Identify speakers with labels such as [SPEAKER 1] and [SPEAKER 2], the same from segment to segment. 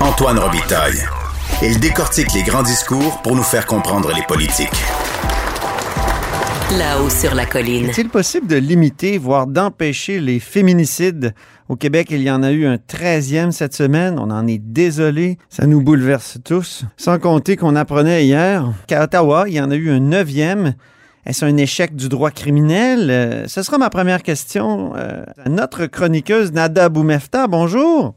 [SPEAKER 1] Antoine Robitaille. Il décortique les grands discours pour nous faire comprendre les politiques.
[SPEAKER 2] Là-haut sur la colline.
[SPEAKER 3] Est-il possible de limiter, voire d'empêcher les féminicides? Au Québec, il y en a eu un 13e cette semaine. On en est désolé. Ça nous bouleverse tous. Sans compter qu'on apprenait hier qu'à Ottawa, il y en a eu un 9e. Est-ce un échec du droit criminel? Euh, ce sera ma première question euh, à notre chroniqueuse Nada Boumefta. Bonjour.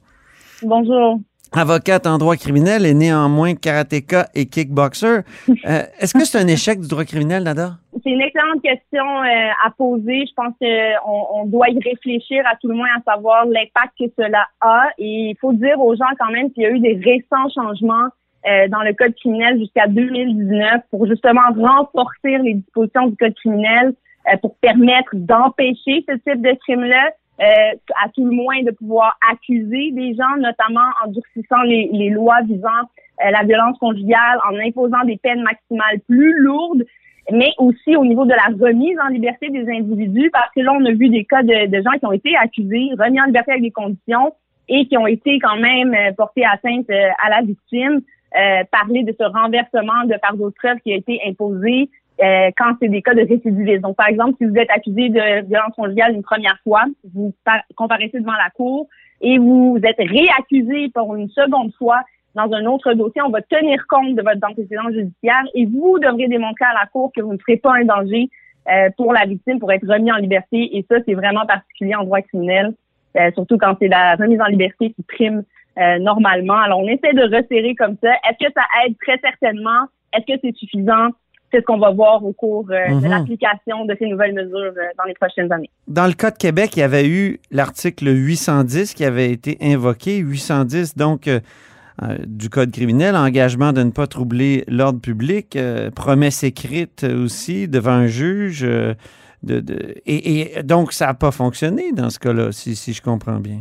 [SPEAKER 4] Bonjour.
[SPEAKER 3] Avocate en droit criminel et néanmoins karatéka et kickboxer. Euh, Est-ce que c'est un échec du droit criminel, Nada?
[SPEAKER 4] C'est une excellente question euh, à poser. Je pense qu'on on doit y réfléchir à tout le moins à savoir l'impact que cela a. Et il faut dire aux gens quand même qu'il y a eu des récents changements euh, dans le code criminel jusqu'à 2019 pour justement renforcer les dispositions du code criminel euh, pour permettre d'empêcher ce type de crime-là. Euh, à tout le moins de pouvoir accuser des gens, notamment en durcissant les, les lois visant euh, la violence conjugale, en imposant des peines maximales plus lourdes, mais aussi au niveau de la remise en liberté des individus, parce que là, on a vu des cas de, de gens qui ont été accusés, remis en liberté avec des conditions et qui ont été quand même euh, portés atteinte à la victime. Euh, parler de ce renversement de fardeau de preuve qui a été imposé euh, quand c'est des cas de récidivisme. Donc, par exemple, si vous êtes accusé de violence conjugale une première fois, vous comparaissez devant la cour et vous êtes réaccusé pour une seconde fois dans un autre dossier, on va tenir compte de votre antécédent judiciaire et vous devrez démontrer à la cour que vous ne serez pas un danger euh, pour la victime pour être remis en liberté. Et ça, c'est vraiment particulier en droit criminel, euh, surtout quand c'est la remise en liberté qui prime euh, normalement. Alors, on essaie de resserrer comme ça. Est-ce que ça aide très certainement? Est-ce que c'est suffisant? c'est ce qu'on va voir au cours euh, mm -hmm. de l'application de ces nouvelles mesures euh, dans les prochaines années.
[SPEAKER 3] Dans le cas de Québec, il y avait eu l'article 810 qui avait été invoqué. 810, donc, euh, du Code criminel, engagement de ne pas troubler l'ordre public, euh, promesse écrite aussi devant un juge. euh, De, de, et, et, donc, ça n'a pas fonctionné dans ce cas-là, si, si je comprends bien.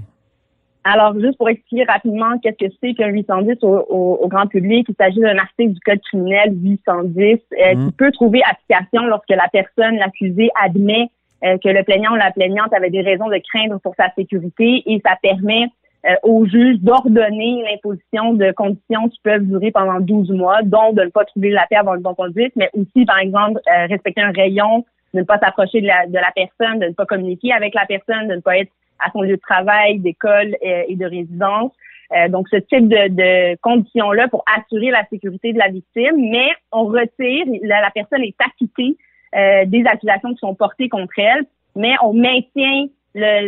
[SPEAKER 4] Alors, juste pour expliquer rapidement qu'est-ce que c'est qu'un 810 au, au, au, grand public, il s'agit d'un article du Code criminel 810 euh, mmh. qui peut trouver application lorsque la personne, l'accusée, admet euh, que le plaignant ou la plaignante avait des raisons de craindre pour sa sécurité et ça permet euh, au juge d'ordonner l'imposition de conditions qui peuvent durer pendant 12 mois, dont de ne pas trouver la paix avant le bon conduite, mais aussi, par exemple, euh, respecter un rayon, de ne pas s'approcher de la, de la personne, de ne pas communiquer avec la personne, de ne pas être à son lieu de travail, d'école euh, et de résidence. Euh, donc, ce type de, de conditions-là pour assurer la sécurité de la victime, mais on retire, la, la personne est acquittée euh, des accusations qui sont portées contre elle, mais on maintient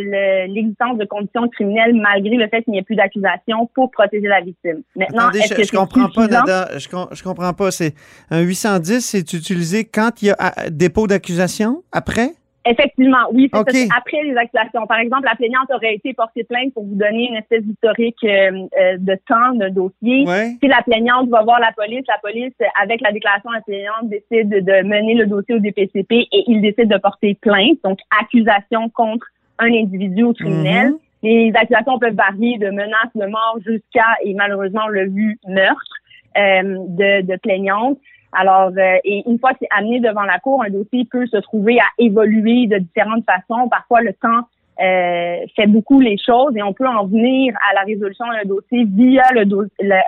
[SPEAKER 4] l'existence le, le, de conditions criminelles malgré le fait qu'il n'y ait plus d'accusation pour protéger la victime.
[SPEAKER 3] Maintenant, Attendez, je, je comprends pas, Nada, je, je comprends pas. C'est un 810, c'est utilisé quand il y a dépôt d'accusation après?
[SPEAKER 4] Effectivement, oui, c'est okay. après les accusations. Par exemple, la plaignante aurait été portée plainte pour vous donner une espèce d'historique euh, euh, de temps d'un dossier. Ouais. Si la plaignante va voir la police, la police, avec la déclaration de la plaignante, décide de mener le dossier au DPCP et il décide de porter plainte, donc accusation contre un individu ou
[SPEAKER 3] Mm-hmm.
[SPEAKER 4] criminel. Mm -hmm. Les accusations peuvent varier de menaces de mort jusqu'à, et malheureusement, on l'a vu, meurtre euh, de, de plaignante. Alors, euh, et une fois que c'est amené devant la cour, un dossier peut se trouver à évoluer de différentes façons. Parfois, le temps euh, fait beaucoup les choses et on peut en venir à la résolution d'un dossier via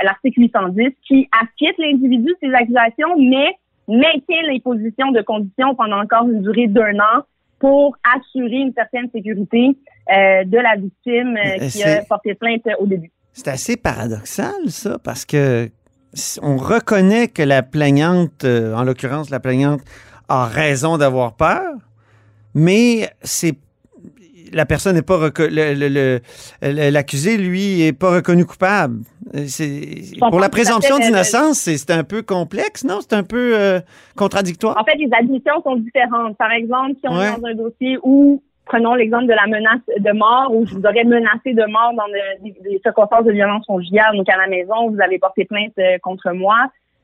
[SPEAKER 4] l'article 810 qui acquitte l'individu de ses accusations, mais maintient l'imposition de conditions pendant encore une durée d'un an pour assurer une certaine sécurité euh, de la victime euh, qui a porté plainte au début.
[SPEAKER 3] C'est assez paradoxal, ça, parce que on reconnaît que la plaignante, euh, en l'occurrence la plaignante, a raison d'avoir peur, mais c'est la personne n'est pas l'accusé lui est pas reconnu coupable. Euh, Pour la présomption d'innocence, c'est un peu complexe, non C'est un peu euh, contradictoire.
[SPEAKER 4] Ah En fait, les admissions sont différentes. Par exemple, si on ouais. est dans un dossier où prenons l'exemple de la menace de mort où je vous aurais menacé de mort dans de- des, des circonstances de violence conjugale, donc à la maison, vous avez porté plainte euh, contre moi.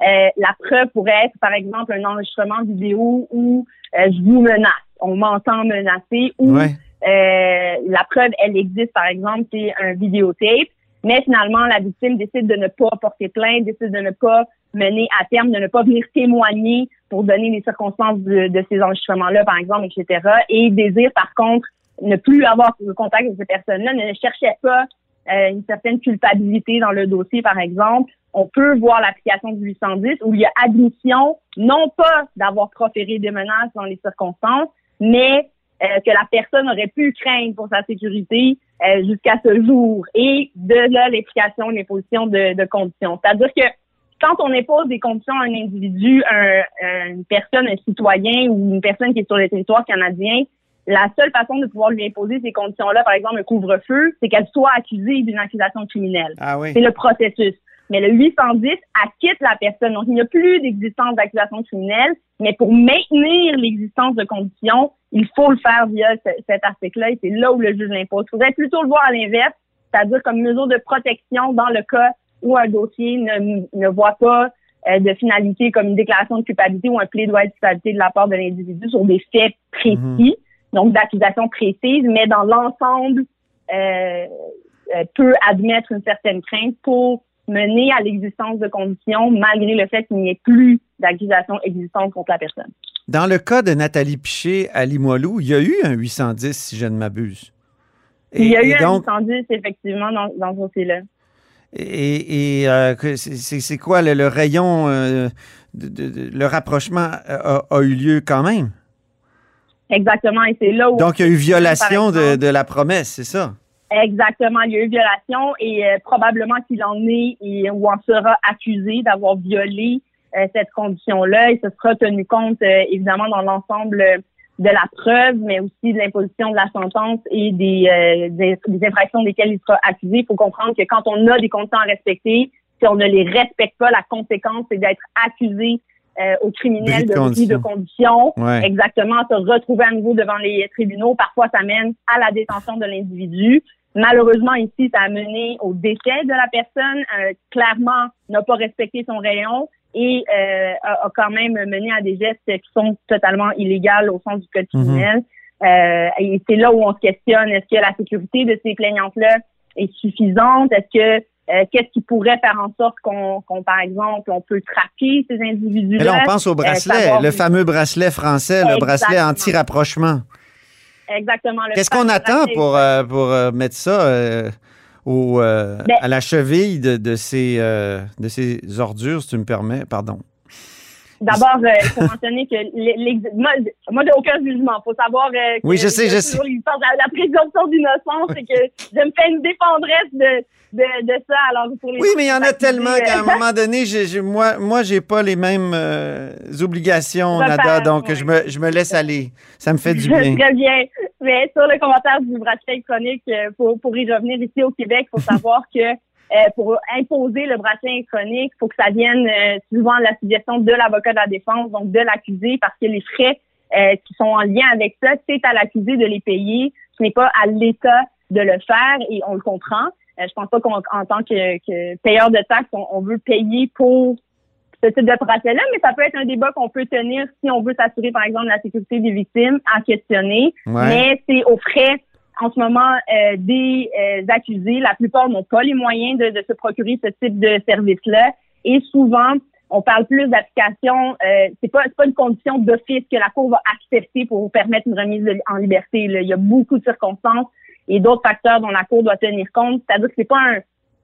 [SPEAKER 4] Euh, la preuve pourrait être, par exemple, un enregistrement vidéo où euh, je vous menace, on m'entend menacer, ou
[SPEAKER 3] Ouais.
[SPEAKER 4] euh, la preuve, elle existe, par exemple, c'est un vidéotape, mais finalement, la victime décide de ne pas porter plainte, décide de ne pas mener à terme, de ne pas venir témoigner pour donner les circonstances de, de ces enregistrements-là, par exemple, etc. Et désire, par contre, ne plus avoir de contact avec ces personnes-là, ne cherchait pas euh, une certaine culpabilité dans le dossier, par exemple. On peut voir l'application du 810 où il y a admission, non pas d'avoir proféré des menaces dans les circonstances, mais euh, que la personne aurait pu craindre pour sa sécurité euh, jusqu'à ce jour. Et de là, l'application des positions de, de conditions. C'est-à-dire que quand on impose des conditions à un individu, un- un- une personne, un citoyen ou une personne qui est sur le territoire canadien, la seule façon de pouvoir lui imposer ces conditions-là, par exemple un couvre-feu, c'est qu'elle soit accusée d'une accusation criminelle.
[SPEAKER 3] Ah oui.
[SPEAKER 4] C'est le processus. Mais le 810 acquitte la personne. Donc, il n'y a plus d'existence d'accusation criminelle. Mais pour maintenir l'existence de conditions, il faut le faire via ce- cet article-là. Et c'est là où le juge l'impose. Il faudrait plutôt le voir à l'inverse, c'est-à-dire comme mesure de protection dans le cas où un dossier ne, ne voit pas euh, de finalité comme une déclaration de culpabilité ou un plaidoyer de culpabilité de la part de l'individu sur des faits précis,
[SPEAKER 3] Mhm.
[SPEAKER 4] donc d'accusations précises, mais dans l'ensemble, euh, euh, peut admettre une certaine crainte pour mener à l'existence de conditions malgré le fait qu'il n'y ait plus d'accusation existante contre la personne.
[SPEAKER 3] Dans le cas de Nathalie Piché à Limoilou, il y a eu un 810, si je ne m'abuse.
[SPEAKER 4] Il y a
[SPEAKER 3] Et-
[SPEAKER 4] eu
[SPEAKER 3] et donc,
[SPEAKER 4] un 810, effectivement, dans, dans ce dossier-là.
[SPEAKER 3] Et, et, euh, que c'est- c'est c'est quoi le, le rayon, euh, de- de- de- le rapprochement euh, a, a- a eu lieu quand même.
[SPEAKER 4] Exactement, et c'est là où...
[SPEAKER 3] Donc, il y a eu violation
[SPEAKER 4] Par
[SPEAKER 3] de,
[SPEAKER 4] exemple.
[SPEAKER 3] de la promesse, c'est ça?
[SPEAKER 4] Exactement, il y a eu violation et euh, probablement qu'il en est et, ou en sera accusé d'avoir violé euh, cette condition-là et ce sera tenu compte euh, évidemment dans l'ensemble euh, de la preuve, mais aussi de l'imposition de la sentence et des, euh, des, des infractions desquelles il sera accusé. Il faut comprendre que quand on a des conditions à respecter, si on ne les respecte pas, la conséquence c'est d'être accusé euh, au criminel
[SPEAKER 3] Bris de
[SPEAKER 4] de bris de
[SPEAKER 3] conditions.
[SPEAKER 4] conditions
[SPEAKER 3] Ouais.
[SPEAKER 4] Exactement, se retrouver à nouveau devant les tribunaux. Parfois, ça mène à la détention de l'individu. Malheureusement, ici, ça a mené au décès de la personne. Euh, clairement, n'a pas respecté son rayon et euh, a, a quand même mené à des gestes qui sont totalement illégaux au sens du code
[SPEAKER 3] Mhm.
[SPEAKER 4] criminel. Euh, et c'est là où on se questionne est-ce que la sécurité de ces plaignantes-là est suffisante Est-ce que euh, qu'est-ce qui pourrait faire en sorte qu'on, qu'on, par exemple, on peut traquer ces individus-là
[SPEAKER 3] Mais là, on
[SPEAKER 4] Euh,
[SPEAKER 3] pense au bracelet,
[SPEAKER 4] savoir-
[SPEAKER 3] le fameux bracelet français, le bracelet
[SPEAKER 4] Exactement.
[SPEAKER 3] anti-rapprochement.
[SPEAKER 4] Exactement. le
[SPEAKER 3] Qu'est-ce qu'on
[SPEAKER 4] facteur
[SPEAKER 3] attend
[SPEAKER 4] assez-
[SPEAKER 3] pour, euh, pour euh, mettre ça euh, au, euh,
[SPEAKER 4] Ben-
[SPEAKER 3] à la cheville de, de ces, euh, de ces ordures, si tu me permets? Pardon.
[SPEAKER 4] D'abord, euh, il faut mentionner que l'e- l'ex- moi, j- moi, j'ai aucun jugement. Faut savoir. euh, que
[SPEAKER 3] Oui, je sais,
[SPEAKER 4] j'ai
[SPEAKER 3] je sais.
[SPEAKER 4] toujours l'existence- La, la présomption d'innocence, c'est que je me fais une défendresse de, de, de ça. Alors, pour les
[SPEAKER 3] Oui, mais il y en a
[SPEAKER 4] activités,
[SPEAKER 3] tellement
[SPEAKER 4] euh,
[SPEAKER 3] qu'à un moment donné, j'ai- j'ai- moi, moi j'ai pas les mêmes euh, obligations,
[SPEAKER 4] Repères,
[SPEAKER 3] Nada, donc
[SPEAKER 4] ouais.
[SPEAKER 3] je, me, je me laisse aller. Ça me fait du
[SPEAKER 4] Je
[SPEAKER 3] bien.
[SPEAKER 4] Très bien. Mais sur le commentaire du bracelet électronique, euh, pour, pour y revenir ici au Québec, il faut savoir que euh, pour imposer le bracelet électronique, il faut que ça vienne euh, suivant la suggestion de l'avocat de la défense, donc de l'accusé, parce que les frais euh, qui sont en lien avec ça, c'est à l'accusé de les payer. Ce n'est pas à l'État de le faire et on le comprend. Euh, je pense pas qu'en tant que, que payeur de taxes, on, on veut payer pour ce type de bracelet-là, mais ça peut être un débat qu'on peut tenir si on veut s'assurer, par exemple, de la sécurité des victimes à questionner.
[SPEAKER 3] Ouais.
[SPEAKER 4] Mais c'est aux frais en ce moment euh, des euh, accusés. La plupart n'ont pas les moyens de, de se procurer ce type de service-là. Et souvent, on parle plus d'application. Euh, c'est pas c'est pas une condition d'office que la cour va accepter pour vous permettre une remise de- en liberté. là. Il y a beaucoup de circonstances et d'autres facteurs dont la cour doit tenir compte. C'est-à-dire que c'est pas un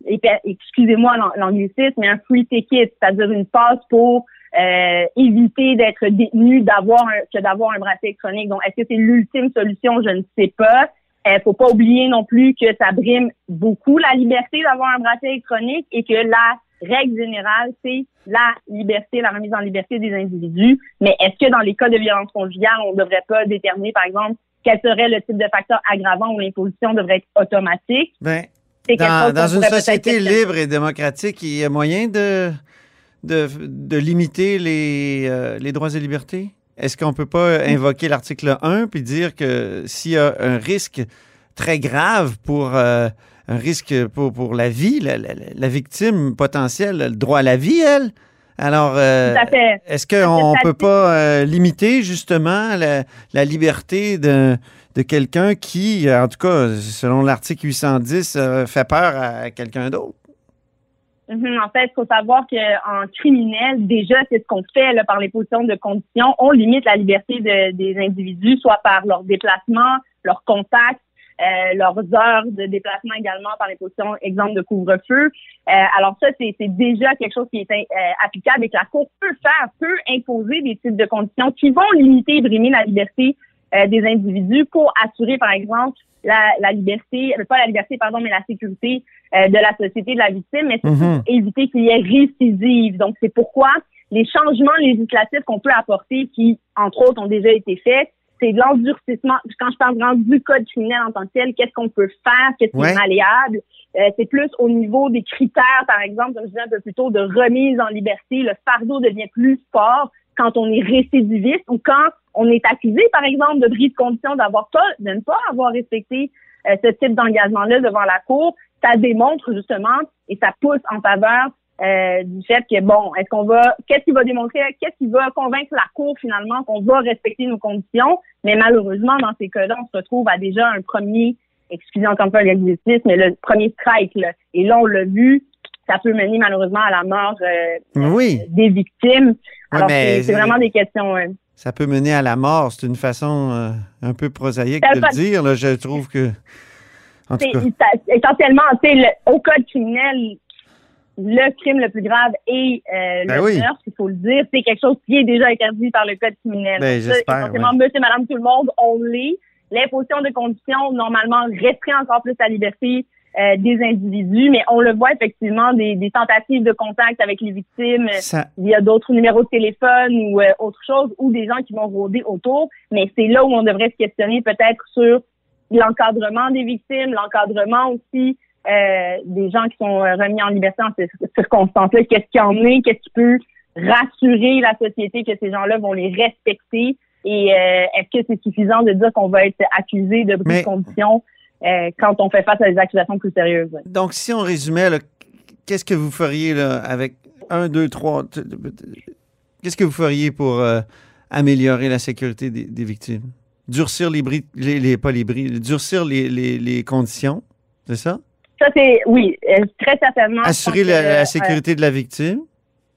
[SPEAKER 4] et pe- excusez-moi l'an- l'anglicisme, mais un free ticket, c'est-à-dire une passe pour euh, éviter d'être détenu, d'avoir un- que d'avoir un bracelet électronique. Donc, est-ce que c'est l'ultime solution? Je ne sais pas. Euh, faut pas oublier non plus que ça brime beaucoup la liberté d'avoir un bracelet électronique et que la règle générale, c'est la liberté, la remise en liberté des individus. Mais est-ce que dans les cas de violence conjugale, on ne devrait pas déterminer, par exemple, quel serait le type de facteur aggravant où l'imposition devrait être automatique?
[SPEAKER 3] Ben,
[SPEAKER 4] C'est quelque
[SPEAKER 3] dans
[SPEAKER 4] chose qu'on
[SPEAKER 3] dans une
[SPEAKER 4] pourrait peut-être
[SPEAKER 3] société
[SPEAKER 4] questionner.
[SPEAKER 3] libre et démocratique, il y a moyen de, de, de limiter les, euh, les droits et libertés? Est-ce qu'on peut pas invoquer l'article 1 puis dire que s'il y a un risque très grave pour euh, un risque pour, pour la vie, la, la- la victime potentielle, a le droit à la vie, elle? Alors, euh,
[SPEAKER 4] Tout à fait.
[SPEAKER 3] est-ce qu'on
[SPEAKER 4] Tout à
[SPEAKER 3] peut
[SPEAKER 4] fait.
[SPEAKER 3] pas euh, limiter justement la, la liberté de, de quelqu'un qui, euh, en tout cas, selon l'article 810, euh, fait peur à quelqu'un d'autre?
[SPEAKER 4] Mhm. En fait, il faut savoir qu'en criminel, déjà, c'est ce qu'on fait là, par les positions de condition. On limite la liberté de- des individus, soit par leur déplacement, leur contact, euh, leurs heures de déplacement également par les positions, exemple de couvre-feu. Euh, alors ça, c'est c'est déjà quelque chose qui est euh, applicable et que la Cour peut faire, peut imposer des types de conditions qui vont limiter et brimer la liberté euh, des individus pour assurer, par exemple, la, la liberté, euh, pas la liberté, pardon, mais la sécurité euh, de la société de la victime, mais surtout
[SPEAKER 3] Mhm.
[SPEAKER 4] éviter qu'il y ait récidive. Donc, c'est pourquoi les changements législatifs qu'on peut apporter, qui, entre autres, ont déjà été faits, c'est de l'endurcissement. Quand je parle vraiment du code criminel en tant que tel, qu'est-ce qu'on peut faire, qu'est-ce qui
[SPEAKER 3] Ouais.
[SPEAKER 4] est malléable, euh, c'est plus au niveau des critères, par exemple, comme je disais un peu plus tôt, de remise en liberté. Le fardeau devient plus fort quand on est récidiviste ou quand on est accusé, par exemple, de bris de condition, d'avoir pas, de ne pas avoir respecté euh, ce type d'engagement-là devant la cour. Ça démontre justement et ça pousse en faveur euh, du fait que bon, est-ce qu'on va, qu'est-ce qui va démontrer, qu'est-ce qui va convaincre la cour finalement qu'on va respecter nos conditions, mais malheureusement dans ces cas-là, on se retrouve à déjà un premier, excusez encore un peu l'exercice, mais le premier strike là. et là on l'a vu, ça peut mener malheureusement à la mort euh,
[SPEAKER 3] Oui.
[SPEAKER 4] des victimes. Alors
[SPEAKER 3] mais-
[SPEAKER 4] c'est- c'est vraiment des questions. euh,
[SPEAKER 3] Ça peut mener à la mort. C'est une façon euh, un peu prosaïque
[SPEAKER 4] Ça
[SPEAKER 3] de le
[SPEAKER 4] peut-
[SPEAKER 3] dire. là. Je trouve que. En tout
[SPEAKER 4] C'est-
[SPEAKER 3] cas,
[SPEAKER 4] ça- essentiellement, tu sais, le- au code criminel, le crime le plus grave est euh,
[SPEAKER 3] Ben
[SPEAKER 4] le
[SPEAKER 3] oui.
[SPEAKER 4] meurtre, il faut le dire. C'est quelque chose qui est déjà interdit par le code criminel.
[SPEAKER 3] Ben,
[SPEAKER 4] Ça,
[SPEAKER 3] j'espère,
[SPEAKER 4] essentiellement, monsieur, madame, tout le monde, on l'est. L'imposition de conditions, normalement, restreint encore plus la liberté euh, des individus, mais on le voit effectivement, des, des tentatives de contact avec les victimes euh,
[SPEAKER 3] ça,
[SPEAKER 4] il y a d'autres numéros de téléphone ou euh, autre chose, ou des gens qui vont rôder autour. Mais c'est là où on devrait se questionner peut-être sur l'encadrement des victimes, l'encadrement aussi euh, des gens qui sont euh, remis en liberté en ces cir- circonstances-là. Qu'est-ce qui en est, qu'est-ce qui peut rassurer la société que ces gens-là vont les respecter et euh, est-ce que c'est suffisant de dire qu'on va être accusé de bris
[SPEAKER 3] Mais-
[SPEAKER 4] de conditions euh, quand on fait face à des accusations plus sérieuses?
[SPEAKER 3] Donc, si on résumait, là, qu'est-ce que vous feriez là, avec 1, 2, 3 Qu'est-ce que vous feriez pour euh, améliorer la sécurité des, des victimes Durcir les bris, les, les- pas les bris, durcir les, les- les conditions, c'est ça
[SPEAKER 4] Ça, c'est, oui, euh, très certainement. je
[SPEAKER 3] Assurer
[SPEAKER 4] pense
[SPEAKER 3] la,
[SPEAKER 4] que,
[SPEAKER 3] la
[SPEAKER 4] euh,
[SPEAKER 3] sécurité de la victime.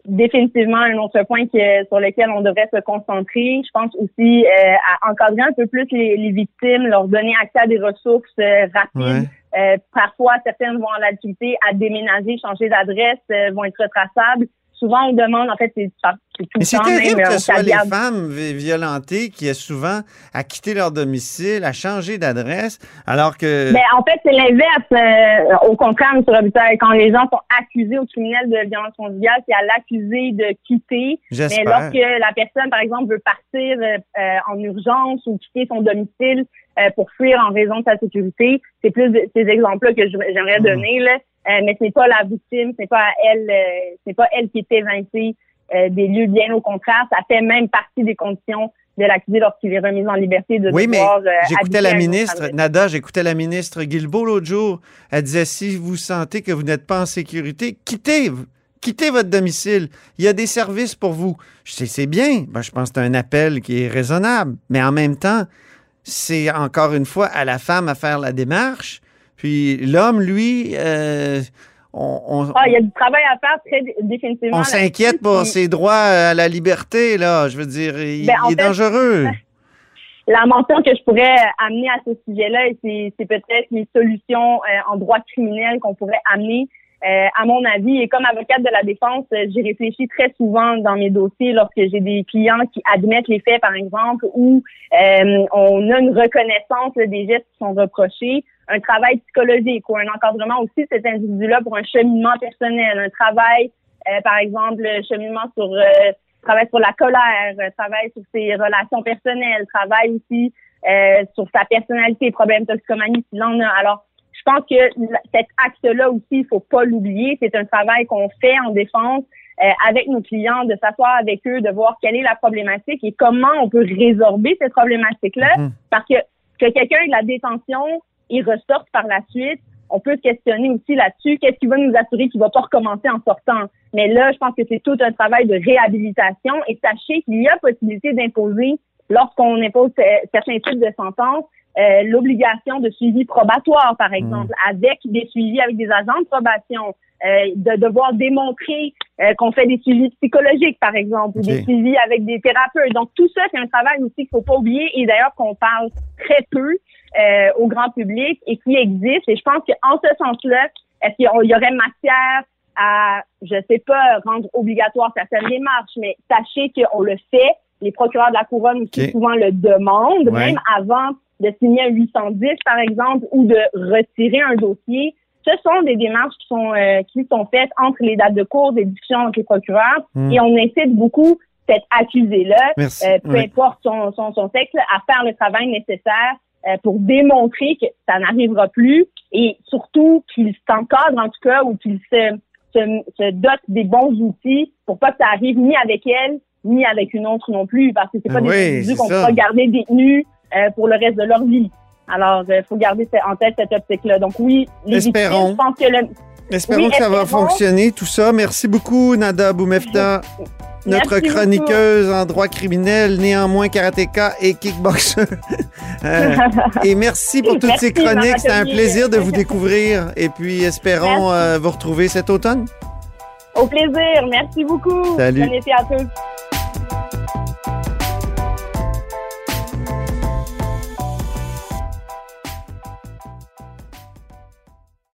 [SPEAKER 4] définitivement un autre point que- sur lequel on devrait se concentrer. Je pense aussi euh, à encadrer un peu plus les, les victimes, leur donner accès à des ressources euh, rapides. Euh, parfois, certaines vont en activité à déménager, changer d'adresse, euh, vont être retraçables. Souvent, on demande, en fait, c'est c'est tout
[SPEAKER 3] Mais
[SPEAKER 4] le
[SPEAKER 3] c'est
[SPEAKER 4] temps même,
[SPEAKER 3] terrible
[SPEAKER 4] euh,
[SPEAKER 3] que
[SPEAKER 4] on
[SPEAKER 3] ce soit les
[SPEAKER 4] s'attarde.
[SPEAKER 3] femmes vi- violentées qui aient souvent à quitter leur domicile, à changer d'adresse, alors que.
[SPEAKER 4] Ben, en fait, c'est l'inverse. euh, au contraire, M. Robitaille, quand les gens sont accusés au criminel de violence conjugale, c'est à l'accusé de quitter. Mais
[SPEAKER 3] J'espère.
[SPEAKER 4] lorsque la personne, par exemple, veut partir euh, euh, en urgence ou quitter son domicile euh, pour fuir en raison de sa sécurité, c'est plus de- ces exemples-là que je- j'aimerais
[SPEAKER 3] Mhm.
[SPEAKER 4] donner. Là. Euh, mais c'est pas la victime, c'est pas à elle, euh, c'est pas elle qui est évincée euh, des lieux. Bien au contraire, ça fait même partie des conditions de l'accusé lorsqu'il est remis en liberté de
[SPEAKER 3] Oui, mais
[SPEAKER 4] devoir. euh, habiter
[SPEAKER 3] J'écoutais la
[SPEAKER 4] un autre
[SPEAKER 3] ministre,
[SPEAKER 4] endroit.
[SPEAKER 3] Nada, j'écoutais la ministre Guilbeault l'autre jour. Elle disait si vous sentez que vous n'êtes pas en sécurité, quittez, quittez votre domicile. Il y a des services pour vous. Je sais, c'est bien. Ben, je pense que c'est un appel qui est raisonnable. Mais en même temps, c'est encore une fois à la femme à faire la démarche. Puis l'homme, lui, euh, on, on-
[SPEAKER 4] Ah, il y a du travail à faire très dé- définitivement.
[SPEAKER 3] on
[SPEAKER 4] là-dessus, Mm.
[SPEAKER 3] s'inquiète pour
[SPEAKER 4] puis-
[SPEAKER 3] ses droits à la liberté, là. Je veux dire, il,
[SPEAKER 4] Ben, en
[SPEAKER 3] il est
[SPEAKER 4] fait,
[SPEAKER 3] dangereux.
[SPEAKER 4] la mention que je pourrais amener à ce sujet-là, et c'est c'est peut-être les solutions euh, en droit criminel qu'on pourrait amener. euh, à mon avis, et comme avocate de la défense, euh, j'y réfléchis très souvent dans mes dossiers lorsque j'ai des clients qui admettent les faits, par exemple, ou euh, on a une reconnaissance là, des gestes qui sont reprochés, un travail psychologique ou un encadrement aussi de cet individu-là pour un cheminement personnel, un travail, euh, par exemple, le cheminement sur euh, travaille sur la colère, euh, travaille sur ses relations personnelles, travaille aussi euh, sur sa personnalité, problèmes de toxicomanie s'il en a. Alors, je pense que la- cet acte-là aussi, il faut pas l'oublier. C'est un travail qu'on fait en défense. euh, avec nos clients, de s'asseoir avec eux, de voir quelle est la problématique et comment on peut résorber cette problématique-là.
[SPEAKER 3] Mhm.
[SPEAKER 4] Parce que que quelqu'un ait de la détention, il ressorte par la suite. On peut se questionner aussi là-dessus. Qu'est-ce qui va nous assurer qu'il va pas recommencer en sortant? Mais là, je pense que c'est tout un travail de réhabilitation et sachez qu'il y a possibilité d'imposer, lorsqu'on impose euh, certains types de sentences, euh, l'obligation de suivi probatoire, par exemple, avec des suivis avec des agents de probation, euh, de devoir démontrer euh, qu'on fait des suivis psychologiques, par exemple,
[SPEAKER 3] Ok.
[SPEAKER 4] ou des suivis avec des thérapeutes. Donc, tout ça, c'est un travail aussi qu'il faut pas oublier et d'ailleurs qu'on parle très peu euh, au grand public et qui existe. Et je pense qu'en ce sens-là, est-ce qu'il y a- il y aurait matière à, je sais pas, rendre obligatoire certaines démarches, mais sachez qu'on le fait. Les procureurs de la couronne aussi
[SPEAKER 3] Ok.
[SPEAKER 4] souvent le demandent,
[SPEAKER 3] Ouais.
[SPEAKER 4] même avant de signer un 810, par exemple, ou de retirer un dossier. Ce sont des démarches qui sont, euh, qui sont faites entre les dates de cours, des discussions entre les procureurs,
[SPEAKER 3] Hmm.
[SPEAKER 4] et on incite beaucoup cet accusé-là,
[SPEAKER 3] Merci.
[SPEAKER 4] euh, peu
[SPEAKER 3] Oui.
[SPEAKER 4] importe son, son, son sexe, là, à faire le travail nécessaire euh, pour démontrer que ça n'arrivera plus et surtout qu'il s'encadre en tout cas ou qu'il se, se, se dote des bons outils pour pas que ça arrive ni avec elle ni avec une autre non plus parce que c'est pas
[SPEAKER 3] Ben
[SPEAKER 4] des
[SPEAKER 3] oui,
[SPEAKER 4] individus
[SPEAKER 3] c'est
[SPEAKER 4] qu'on
[SPEAKER 3] ça.
[SPEAKER 4] peut garder détenus euh, pour le reste de leur vie. Alors, il faut garder ce- en tête cette optique-là. Donc oui, les
[SPEAKER 3] Espérons.
[SPEAKER 4] victimes, je pense que le...
[SPEAKER 3] Espérons
[SPEAKER 4] Oui,
[SPEAKER 3] que ça va
[SPEAKER 4] espérons.
[SPEAKER 3] fonctionner, tout ça. Merci beaucoup, Nada Boumefta, notre
[SPEAKER 4] Merci beaucoup.
[SPEAKER 3] chroniqueuse en droit criminel, néanmoins karatéka et kickboxer. Euh, et merci pour toutes
[SPEAKER 4] Merci,
[SPEAKER 3] ces chroniques.
[SPEAKER 4] Maman
[SPEAKER 3] C'était un
[SPEAKER 4] Atelier.
[SPEAKER 3] plaisir de vous découvrir. Et puis, espérons euh, vous retrouver cet automne.
[SPEAKER 4] Au plaisir. Merci beaucoup.
[SPEAKER 3] Salut.
[SPEAKER 4] Bon été à tous.